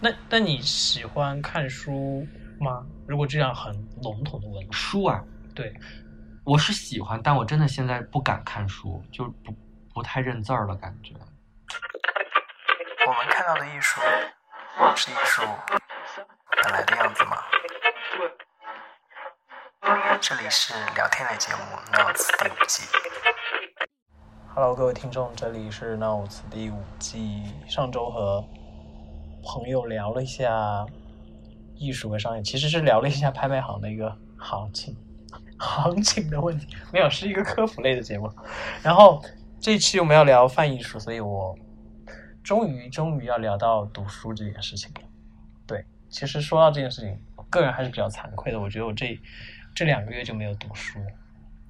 那那你喜欢看书吗？如果这样很笼统的问，书啊，对，我是喜欢，但我真的现在不敢看书，就是不不太认字儿了，感觉。我们看到的艺术是艺术本来的样子吗？这里是聊天类节目《n o t 第五季。 Hello，各位听众，这里是 Notes 第五季。上周和朋友聊了一下艺术和商业，其实是聊了一下拍卖行的一个行情，行情的问题，没有，是一个科普类的节目。然后这一期我们要聊泛艺术，所以我终于终于要聊到读书这件事情了。对，其实说到这件事情，我个人还是比较惭愧的，我觉得我这这两个月就没有读书。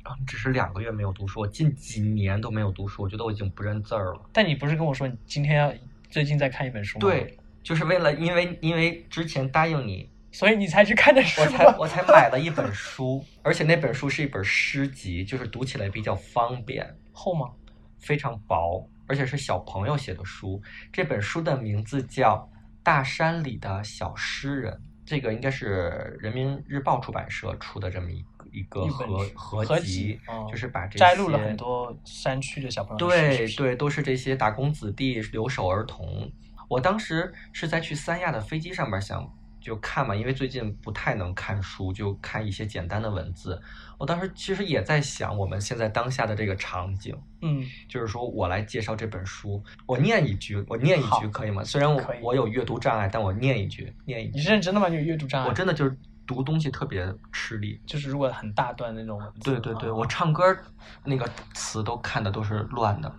啊，只是两个月没有读书，我近几年都没有读书，我觉得我已经不认字儿了。但你不是跟我说你今天要最近在看一本书吗？，对，嗯就是为了因为因为之前答应 你，所以你才去看的书我吗。才 我才买了一本书，而且那本书是一本诗集，就是读起来比较方便，厚吗？非常薄，而且是小朋友写的书。这本书的名字叫《大山里的小诗人》，这个应该是人民日报出版社出的这么一个一个一本合书合合集集，嗯就是把这摘录了些很多山区的小朋友的事对是不是对，都是这些打工子弟、留守儿童。我当时是在去三亚的飞机上面想就看嘛，因为最近不太能看书，就看一些简单的文字。我当时其实也在想我们现在当下的这个场景，嗯，就是说我来介绍这本书，我念一句，我念一句好可以吗？虽然我可以我有阅读障碍，但我念一句，念一你句，是认真的啊吗？你有阅读障碍？我真的就是读东西特别吃力。就是如果很大段的那种文字，对对对，啊我唱歌儿那个词都看的都是乱的，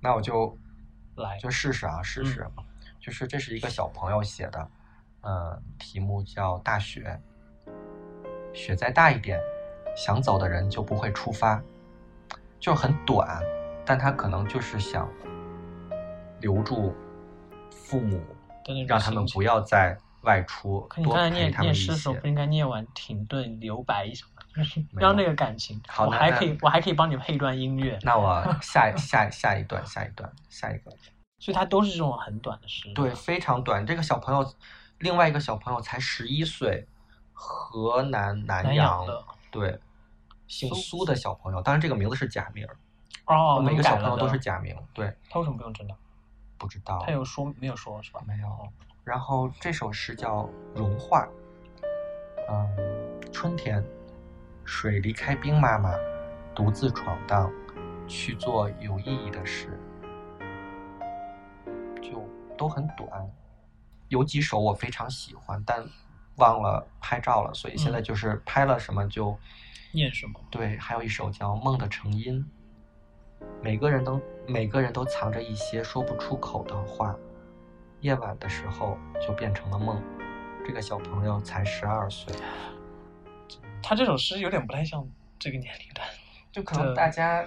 那我就来就试试啊，试嗯试。就是这是一个小朋友写的，呃，题目叫《大雪》。雪再大一点，想走的人就不会出发，就很短，但他可能就是想留住父母，的那种让他们心情不要再外出，可你多刚才陪念他念们一诗的时候些不。应该念完停顿留白一下 吗？没有让那个感情。好我那还那可以，我还可以帮你配一段音乐，那我下一下一下一段，下一段，下一个。所以它都是这种很短的诗。对，，非常短。这个小朋友，另外一个小朋友才十一岁，河南南南阳阳的对，姓苏苏的小朋友，当然这个名字是假名儿，哦，每那个小改朋友了都的是。假名，对，他为什么不用真的？不知道他。有说没有说是吧？没有。然后这首诗叫《融化》，嗯，春天，水离开冰妈妈，独自闯荡，去做有意义的事，就都很短。有几首我非常喜欢，但忘了拍照了，所以现在嗯就是拍了什么就念什么？对，还有一首叫《梦的成因》。每个人都每个人都藏着一些说不出口的话，夜晚的时候就变成了梦。这个小朋友才十二岁，他这首诗有点不太像这个年龄段。就可能大家，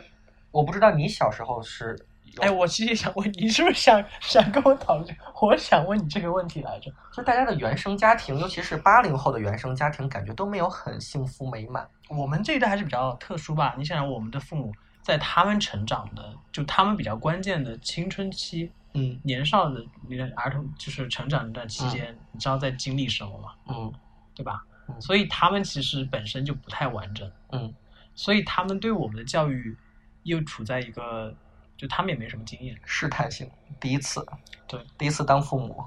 我不知道你小时候是有，哎，我其实也想问你，是不是想想跟我讨论？我想问你这个问题来着。就大家的原生家庭，尤其是八零后的原生家庭，感觉都没有很幸福美满。我们这一代还是比较特殊吧。你想想，我们的父母在他们成长的，就他们比较关键的青春期、嗯年少的那段儿童，就是成长那段期间，你知道在经历什么吗？嗯对吧？嗯所以他们其实本身就不太完整，嗯，所以他们对我们的教育又处在一个，就他们也没什么经验。试探性，第一次，对，第一次当父母，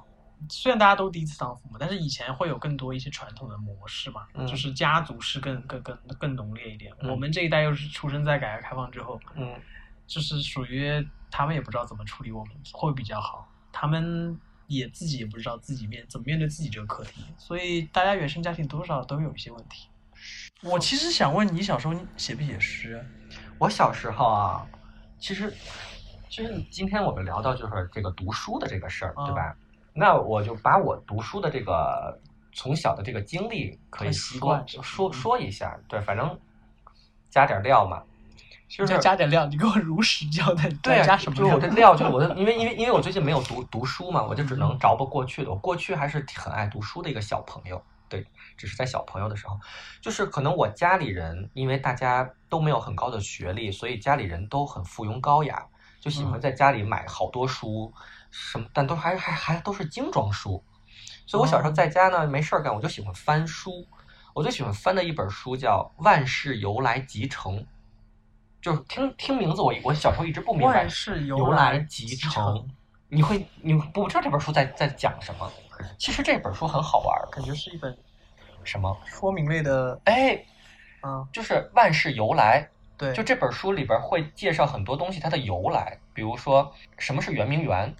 虽然大家都第一次当父母，但是以前会有更多一些传统的模式嘛，嗯就是家族是更更更更浓烈一点。嗯我们这一代又是出生在改革开放之后，嗯就是属于他们也不知道怎么处理我们会比较好，他们也自己也不知道自己面怎么面对自己这个课题，所以大家原生家庭多少都有一些问题。我其实想问你，小时候你写不写诗？啊我小时候啊，其实其实今天我们聊到就是这个读书的这个事儿，嗯对吧？那我就把我读书的这个从小的这个经历可以和习说惯是吧说嗯说一下，对，反正加点料嘛，就你再是。加点料，你给我如实交代，你对再啊，加什么就是我的 料，就是我的，因为因为因为我最近没有读读书嘛，我就只能着不过去的。我过去还是很爱读书的一个小朋友，对，只是在小朋友的时候，就是可能我家里人，因为大家都没有很高的学历，所以家里人都很附庸高雅，就喜嗯欢在家里买好多书，什么，但都还还还都是精装书，所以我小时哦候在家呢，没事儿干，我就喜欢翻书。我最喜欢翻的一本书叫《万事由来即成》，就是听听名字我，我小时候一直不明白万事由来来即成。你会你不知道这本书在在讲什么？其实这本书很好玩儿，感觉是一本什么？说明类的，哎，嗯，就是万事由来，对，就这本书里边会介绍很多东西它的由来，比如说什么是圆明园，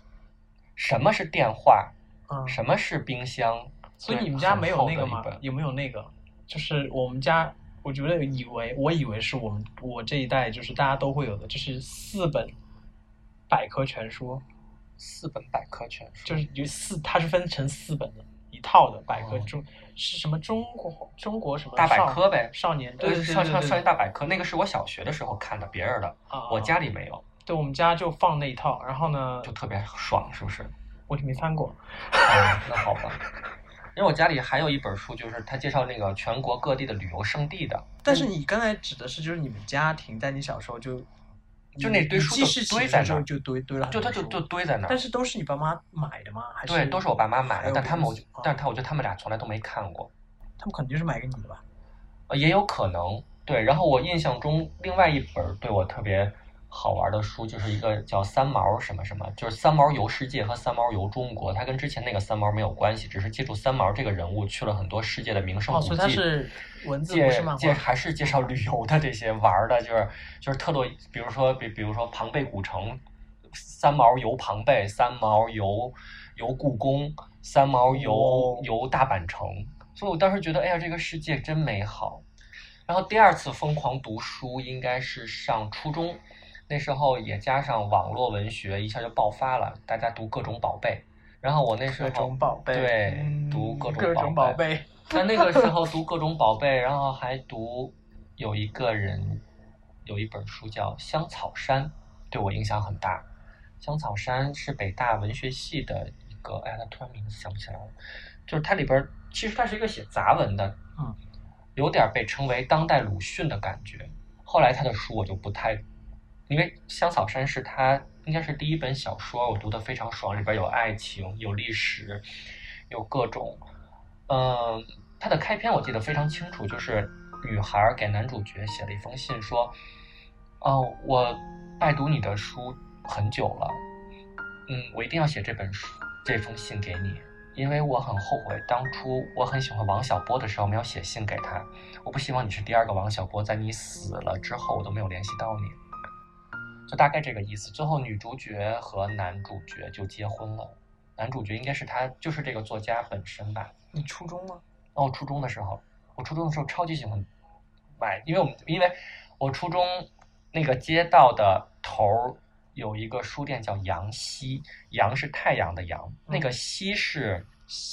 什么是电话，嗯，什么是冰箱。所以对你们家很没有厚那的个一吗本？有没有那个？就是我们家，我觉得以为我以为是我们我这一代就是大家都会有的，就是四本百科全书，四本百科全书，就是有四，它是分成四本的一套的百科哦中、是什么中国中国什么大百少科呗少年对呃对对上上对上一大百科，那个是我小学的时候看的，别人的，啊我家里没有，对我们家就放那一套，然后呢就特别爽，是不 是？我就没翻过，啊，那好吧。因为我家里还有一本书，就是他介绍那个全国各地的旅游胜地的，但是你刚才指的是就是你们家庭在你小时候就就那你堆你书记就事起堆的在时那候儿就堆堆了很就多书，他就就堆在那儿。但是都是你爸妈买的吗？还是对，都是我爸妈买还的，有但他们我别就人，啊但是他我觉得他们俩从来都没看过。他们肯定是买给你的吧？呃，也有可能。对，然后我印象中另外一本儿对我特别好玩儿的书，就是一个叫《三毛儿什么什么》，就是《三毛游世界》和《三毛游中国》，它跟之前那个三毛没有关系，只是借助三毛这个人物去了很多世界的名胜哦，古所以迹。它是文字介不是漫介画。还是介绍旅游的这些玩儿的，就是就是特洛伊，比如说比比如说庞贝古城，三毛游庞贝，三毛游游故宫，三毛游、哦游大阪城，所以我当时觉得，哎呀，这个世界真美好。然后第二次疯狂读书应该是上初中，那时候也加上网络文学，一下就爆发了，大家读各种宝贝。然后我那时候各种宝贝，对嗯读各种各种宝宝贝， 但那个时候读各种宝贝，然后还读有一个人有一本书叫《香草山》，对我影响很大。香草山是北大文学系的一个，哎呀，他突然名字想不起来了。就是它里边儿其实它是一个写杂文的，嗯，有点儿被称为当代鲁迅的感觉。后来他的书我就不太，因为香草山是他应该是第一本小说，我读的非常爽，里边有爱情，有历史，有各种，嗯、它的开篇我记得非常清楚，就是女孩儿给男主角写了一封信，说：“哦，我拜读你的书很久了，嗯，我一定要写这本书这封信给你，因为我很后悔当初我很喜欢王小波的时候没有写信给他，我不希望你是第二个王小波，在你死了之后我都没有联系到你。”就大概这个意思。最后女主角和男主角就结婚了，男主角应该是他，就是这个作家本身吧。你初中吗？然后我初中的时候，我初中的时候超级喜欢买，因为我们因为我初中那个街道的头儿有一个书店叫阳西，阳是太阳的阳，那个西是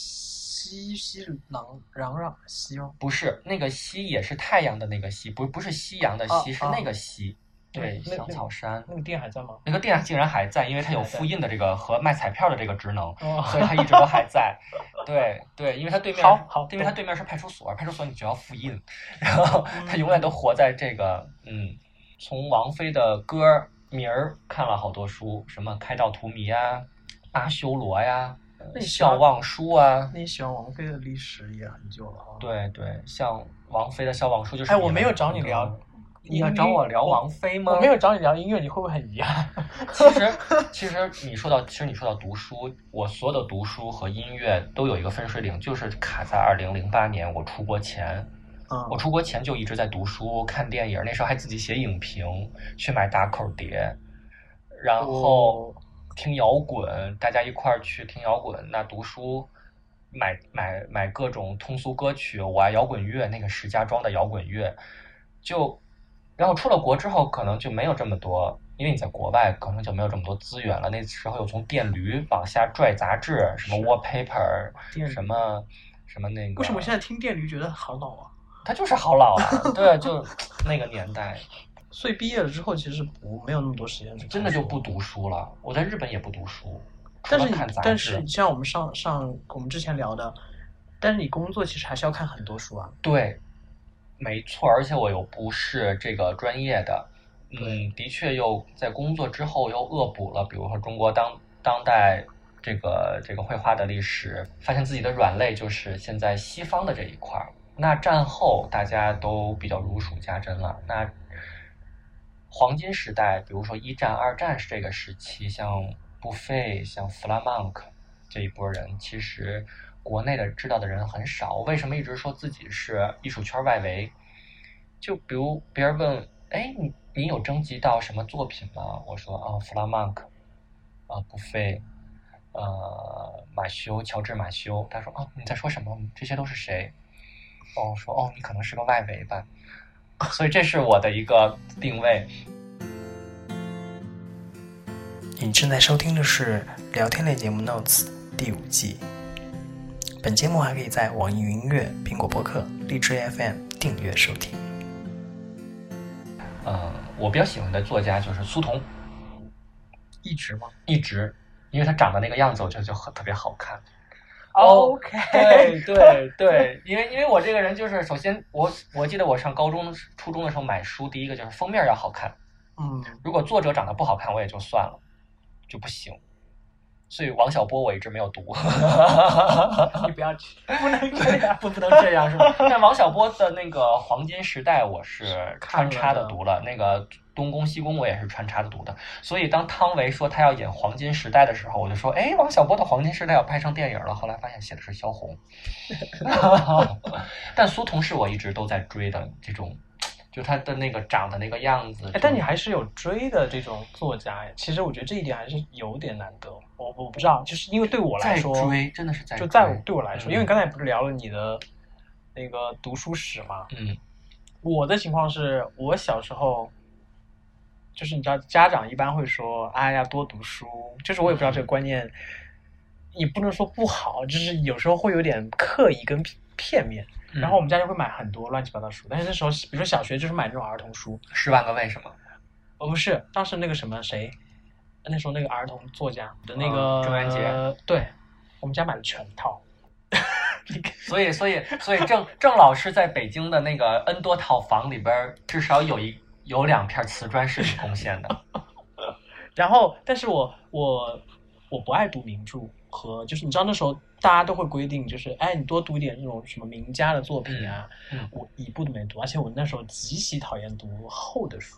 熙熙攘攘攘熙吗？不是那个西也是太阳的那个西，不不是夕阳的哦西，是哦那个西。对，那香那草山那个店还在吗？那个店竟然还在，因为它有还在复印的这个和卖彩票的这个职能。哦，所以它一直都还在。对对，因为它对面好是好因为懂它对面是派出所，派出所你只要复印，然后嗯它永远都活在这个嗯，从王菲的歌儿名儿看了好多书，什么《开道荼蘼》啊，《阿修罗》呀，那《你喜欢笑忘书》啊，那你喜欢王菲的历史也很久了啊。，对对，像王菲的《笑忘书》就是。哎，我没有找你聊，，你要找我聊王菲吗？我没有找你聊音乐，你会不会很遗憾？ 其实，其实你说到，其实你说到读书，我所有的读书和音乐都有一个分水岭，就是卡在二零零八年我出国前。嗯 我出国前就一直在读书、看电影，那时候还自己写影评，去买打口碟，然后哦听摇滚，大家一块儿去听摇滚。那读书，买买买各种通俗歌曲，我爱摇滚乐，那个石家庄的摇滚乐，就，然后出了国之后，可能就没有这么多，因为你在国外，可能就没有这么多资源了。那时候又从电驴往下拽杂志，什么是 Wallpaper，电驴什么啊什么那个，为什么我现在听电驴觉得好老啊？他就是好老 啊，对，就那个年代，所以毕业了之后，其实不没有那么多时间去看真的就书不读书了。我在日本也不读书，除但了是你看杂，但志是你像我们上上我们之前聊的，但是你工作其实还是要看很多书啊。对，没错，而且我又不是这个专业的，嗯，的确又在工作之后又恶补了，比如说中国当当代这个这个绘画的历史，发现自己的软肋就是现在西方的这一块儿。那战后大家都比较如数家珍了。那黄金时代，比如说一战、二战是这个时期，像布费、像弗拉曼克这一波人，其实国内的知道的人很少。为什么一直说自己是艺术圈外围？就比如别人问：“哎，你你有征集到什么作品吗？”我说：“啊，弗拉曼克，啊，布费，呃，马修，乔治·马修。”他说：“哦，你在说什么？这些都是谁？”哦，我说：“哦，你可能是个外围吧。”所以这是我的一个定位。你正在收听的是聊天类节目《Notes》第五季。本节目还可以在网易云音乐、苹果播客、荔枝 FM 订阅收听。呃，我比较喜欢的作家就是苏童，一直吗一直，因为他长得那个样子，我觉得就很特别好看。哦？OK， 对对对，因为因为我这个人就是，首先我我记得我上高中、初中的时候买书，第一个就是封面要好看，嗯，如果作者长得不好看，我也就算了，就不行。所以王小波我一直没有读， 你不要去，不 能这样。不不能这 样是吧？但王小波的那个黄金时代，我是穿插的读了，那个东宫西宫我也是穿插的读的。所以当汤唯说他要演黄金时代的时候，我就说，哎，王小波的黄金时代要拍成电影了。后来发现写的是萧 红，但苏童是我一直都在追的这种，就他的那个长的那个样子。哎，但你还是有追的这种作家哎，其实我觉得这一点还是有点难得。我我不知道，就是因为对我来在说，追，真的是在就追在我对我来说，嗯因为刚才不是聊了你的那个读书史嘛，嗯我的情况是我小时候，就是你知道，家长一般会说，哎呀，多读书。就是我也不知道这个观念，也不能说不好，就是有时候会有点刻意跟片片面。嗯然后我们家就会买很多乱七八糟书，但是那时候，比如说小学就是买那种儿童书，十万个为什么哦，不是，当时那个什么谁，那时候那个儿童作家的那个、嗯郑渊洁对，我们家买了全套。所以，所以，所以 郑郑老师在北京的那个 N 多套房里边儿，至少有一有两片瓷砖是你贡献的。然后，但是我我我不爱读名著和就是你知道那时候大家都会规定，就是哎，你多读一点那种什么名家的作品啊，嗯嗯我一部都没读，而且我那时候极其讨厌读厚的书。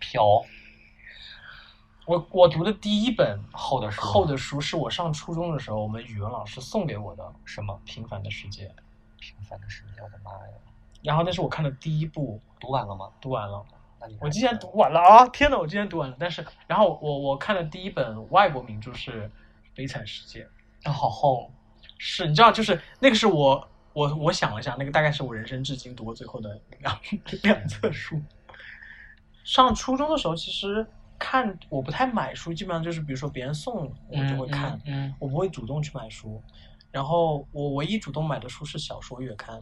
飘我我读的第一本厚的书，厚的书是我上初中的时候，我们语文老师送给我的《什么平凡的世界》，平凡的世界，我的妈呀！然后那是我看的第一部，读完了吗？读完了。那你我竟然读完了啊！天哪，我竟然读完了。但是，然后我我看的第一本外国名著是《悲惨世界》，啊，好厚，是你知道，就是那个是我我我想了一下，那个大概是我人生至今读过最厚的两 两册书。上初中的时候，其实看我不太买书，基本上就是比如说别人送我就会看，嗯，我不会主动去买书。然后我唯一主动买的书是小说月刊，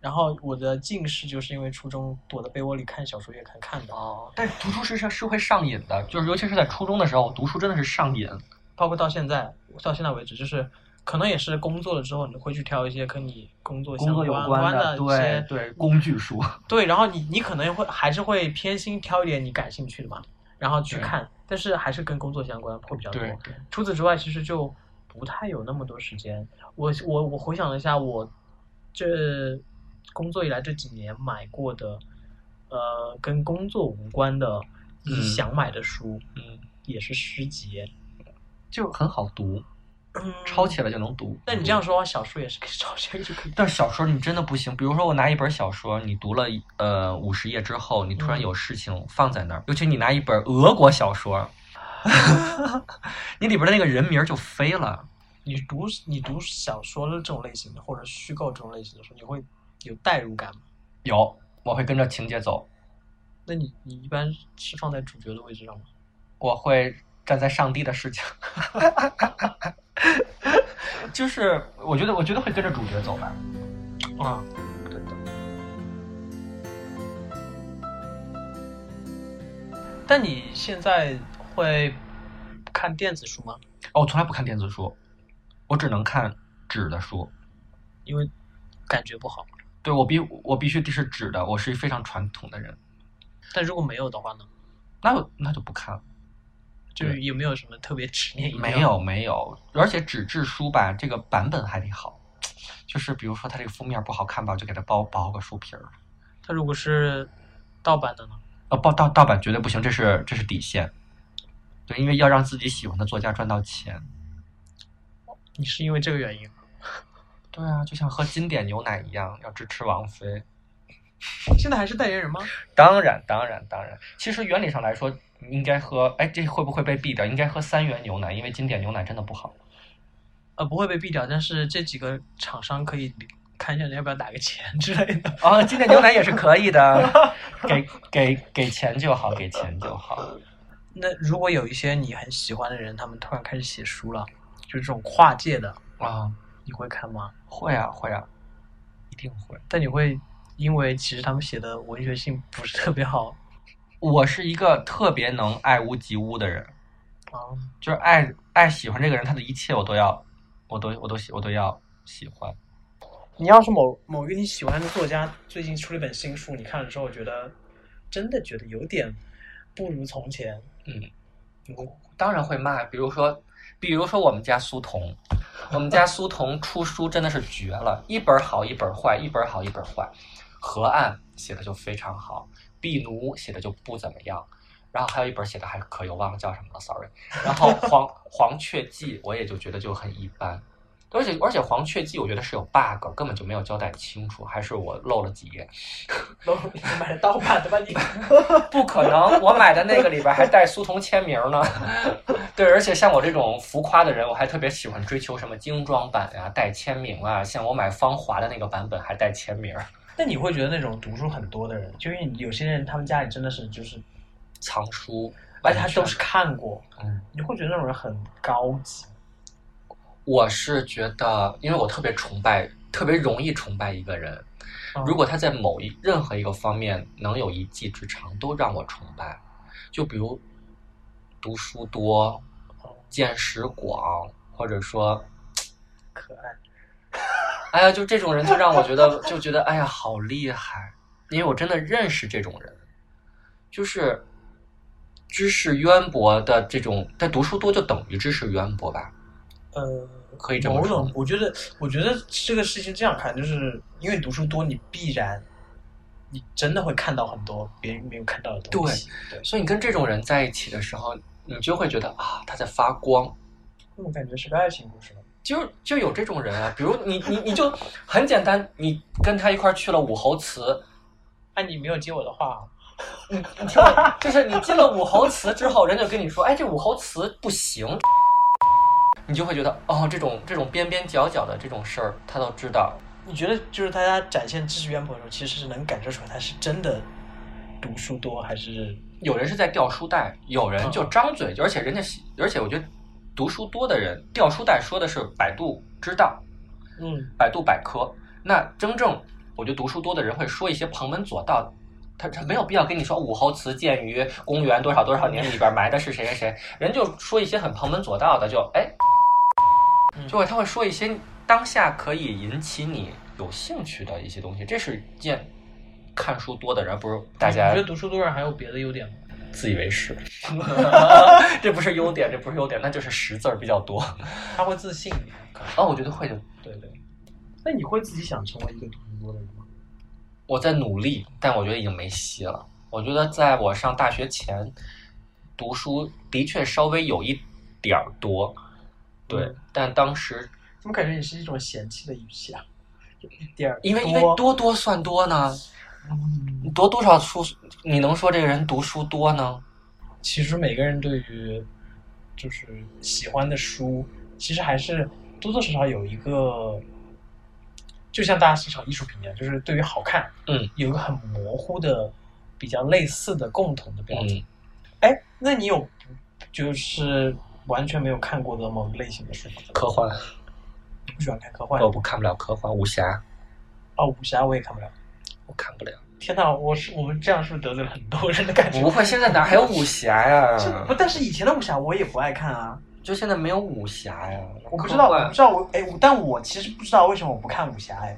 然后我的近视就是因为初中躲在被窝里看小说月刊看嗯的。啊哦，但是读书是是是会上瘾的，就是尤其是在初中的时候，我读书真的是上瘾。包括到现在，到现在为止，就是可能也是工作了之后，你会去挑一些跟你工作相工作有关的，一些对对，工具书，对然后你你可能会还是会偏心挑一点你感兴趣的嘛，然后去对看，但是还是跟工作相关会比较多。对对，除此之外，其实就不太有那么多时间。我我我回想了一下，我这工作以来这几年买过的，呃，跟工作无关的，自己嗯想买的书、嗯，也是十几页，就很好读，嗯抄起来就能读。那你这样说，小说也是可以抄写就可以。但是小说你真的不行，比如说我拿一本小说，你读了一呃五十页之后，你突然嗯有事情放在那儿，尤其你拿一本俄国小说， 你里边的那个人名就飞了。你读你读小说的这种类型的，或者虚构这种类型的时候，你会有代入感吗？有，我会跟着情节走，那你你一般是放在主角的位置上吗？我会站在上帝的视角， 就是我觉得我觉得会跟着主角走吧。啊，但你现在会看电子书吗？哦，我从来不看电子书，我只能看纸的书。因为感觉不好。对我必我必须得是纸的，我是非常传统的人，但如果没有的话呢？那我那就不看了。就是有没有什么特别执念？没有，没有，而且纸质书吧，这个版本还得好，就是比如说它这个封面不好看吧，我就给它包包个书皮儿。它如果是盗版的呢？呃，包盗盗版绝对不行，这是这是底线。对，因为要让自己喜欢的作家赚到钱。你是因为这个原因？对啊，就像喝经典牛奶一样，要支持王菲。现在还是代言人吗？当然，当然，当然。其实原理上来说，应该喝，哎，这会不会被毙掉？应该喝三元牛奶，因为经典牛奶真的不好。呃，不会被毙掉，但是这几个厂商可以看一下你要不要打个钱之类 的。哦，经典牛奶也是可以的，给给给钱就好，给钱就好。那如果有一些你很喜欢的人，他们突然开始写书了，就是这种跨界的，啊，你会看吗？会啊，会啊，一定会。但你会因为其实他们写的文学性不是特别好我是一个特别能爱屋及乌的人，啊，就是爱爱喜欢这个人，他的一切我都要，我都我都喜我都要喜欢。你要是某某一个你喜欢的作家最近出了一本新书，你看的时候，我觉得真的觉得有点不如从前。嗯，我当然会骂，比如说，比如说我们家苏童，我们家苏童出书真的是绝了，一本好一本坏，一本好一本坏。河岸写的就非常好，壁奴写的就不怎么样，然后还有一本写的还可以，我忘了叫什么了，sorry。然后黄 黄雀记我也就觉得就很一般，而且而且黄雀记我觉得是有 bug，根本就没有交代清楚，还是我漏了几页。都 你买了盗版的 吧你？不可能，我买的那个里边还带苏童签名 呢。对，而且像我这种浮夸的人，我还特别喜欢追求什么精装版呀、带签名啊。像我买芳华的那个版本还带签名，那你会觉得那种读书很多的人，就因为有些人他们家里真的是就是，藏书，而且他都是看过，嗯。你会觉得那种人很高级。我是觉得，因为我特别崇拜，特别容易崇拜一个人，啊如果他在某一任何一个方面能有一技之长，都让我崇拜。就比如读书多、见识广，或者说可爱，哎呀，就这种人就让我觉得，就觉得哎呀，好厉害，因为我真的认识这种人，就是知识渊博的这种，但读书多就等于知识渊博吧？呃，可以这么某说种，我觉得，我觉得这个事情这样看，就是因为你读书多，你必然，你真的会看到很多别人没有看到的东西。对，所以你跟这种人在一起的时候，你就会觉得啊，他在发光，那种感觉是个爱情故事。就就有这种人啊。比如你你你就很简单，你跟他一块儿去了武侯祠，哎，你没有接我的话啊，你听我，就是你进了武侯祠之后，人就跟你说，哎，这武侯祠不行，你就会觉得哦，这种这种边边角角的这种事儿，他都知道。你觉得就是大家展现知识渊博的时候，其实是能感受出来他是真的读书多，还是有人是在掉书袋，有人就张嘴，而且人家，而且我觉得读书多的人掉书袋说的是百度知道，嗯百度百科。那真正我觉得读书多的人会说一些旁门左道，他他没有必要跟你说武侯祠建于公元多少多少年里边埋的是谁谁谁，人就说一些很旁门左道的，就哎，就会他会说一些当下可以引起你有兴趣的一些东西，这是一件看书多的人，不是大家你觉得读书多人还有别的优点吗？自以为是， 这不是优点，这不是优点，那就是识字儿比较多。他会自信，哦，我觉得会的，对对。那你会自己想成为一个读书多的人吗？我在努力，但我觉得已经没戏了。我觉得在我上大学前，读书的确稍微有一点儿多，对，嗯但当时怎么感觉你是一种嫌弃的语气啊？有一点儿因为因为多多算多呢，嗯你读多少书，你能说这个人读书多呢？其实每个人对于就是喜欢的书，其实还是多多少少有一个，就像大家欣赏艺术品一样，就是对于好看，嗯，有一个很模糊的、比较类似的共同的标准。嗯，哎、那你有就是完全没有看过的某个类型的书吗？科幻，你不喜欢看科幻我不看不了科幻，武侠哦，武侠我也看不了。我看不了。天哪，我是我们这样是不是得罪了很多人的感觉？不会，现在哪还有武侠是呀不，？但是以前的武侠我也不爱看啊。就现在没有武侠呀。我不知道，科我幻不知道，我哎，我但我其实不知道为什么我不看武侠哎，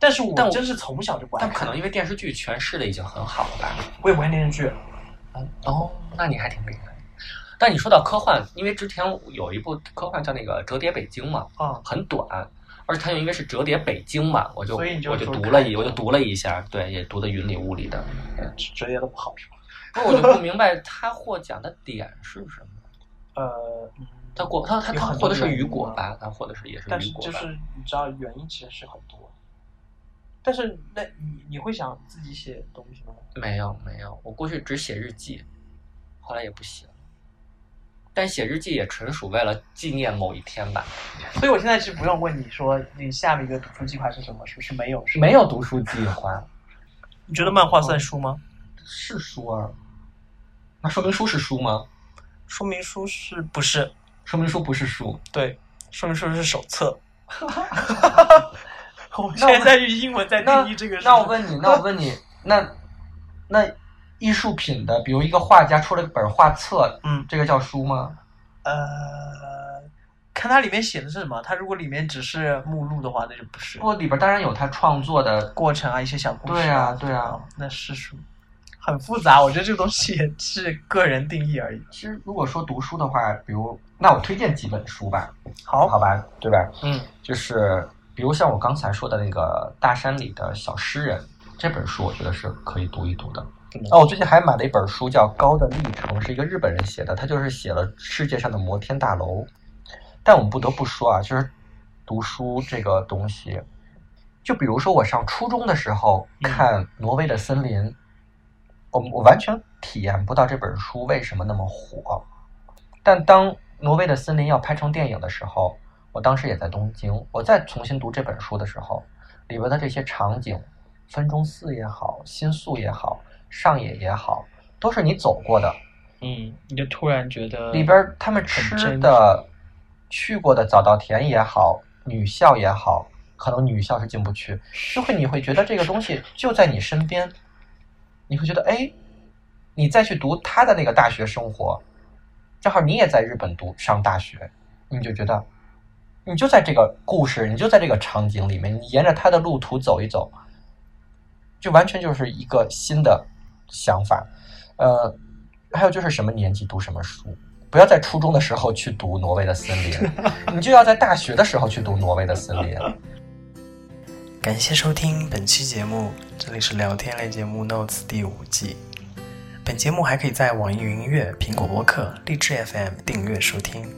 但是我但我真是从小就不爱但看，可能因为电视剧诠释的已经很好了吧。我也不看电视剧，嗯哦，那你还挺厉害。但你说到科幻，因为之前有一部科幻叫那个《折叠北京》嘛，啊，很短，而且它又因为是折叠北京嘛，我就所以你就我就说读看了一一我就下读了一下，对，也读的云里雾 里的。直接都不好是吧？那我就不明白他获奖的点是什么。呃，嗯他过他他有他很获多的是原雨因果啊吧？他获的是也是但雨是果吧？就是你知道原因其实是很多，但是那你你会想自己写东西吗？没有没有，我过去只写日记，后来也不写了。但写日记也纯属为了纪念某一天吧。所以我现在是不用问你说你下一个读书计划是什么，是不是没有？嗯是吗没有读书计划，你觉得漫画算书吗？是书啊？那说明书是书吗？说明书是不是？说明书不是书。对，说明书是手 册。我那我现在用英文在那定义这个是那我问你，那我问你，那那艺术品的，比如一个画家出了一本画册，嗯这个叫书吗？呃，看它里面写的是什么。它如果里面只是目录的话，那就不是不，里边当然有他创作的过程啊，一些小故事对啊对啊哦那是书，很复杂。我觉得这个东西也是个人定义而已。其实如果说读书的话，比如那我推荐几本书吧，好，好吧，对吧？嗯，就是比如像我刚才说的那个《大山里的小诗人》这本书，我觉得是可以读一读的。嗯哦，我最近还买了一本书，叫《高的历程》，是一个日本人写的，他就是写了世界上的摩天大楼。但我们不得不说啊，就是读书这个东西，就比如说我上初中的时候嗯看《挪威的森林》我我完全体验不到这本书为什么那么火。但当《挪威的森林》要拍成电影的时候，我当时也在东京，我再重新读这本书的时候，里边的这些场景，分钟寺也好，新宿也好，上野也好，都是你走过的。嗯，你就突然觉得里边他们很真吃实的、去过的早稻田也好，女校也好，可能女校是进不去，就会你会觉得这个东西就在你身边，你会觉得哎，你再去读他的那个大学生活，正好你也在日本读上大学，你就觉得你就在这个故事，你就在这个场景里面，你沿着他的路途走一走，就完全就是一个新的想法。呃，还有就是什么年纪读什么书，不要在初中的时候去读《挪威的森林》，你就要在大学的时候去读《挪威的森林》。感谢收听本期节目，这里是聊天类节目《Notes》第五季。本节目还可以在网易云音乐、苹果播客、荔枝 FM 订阅收听，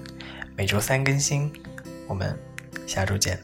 每周三更新。我们下周见。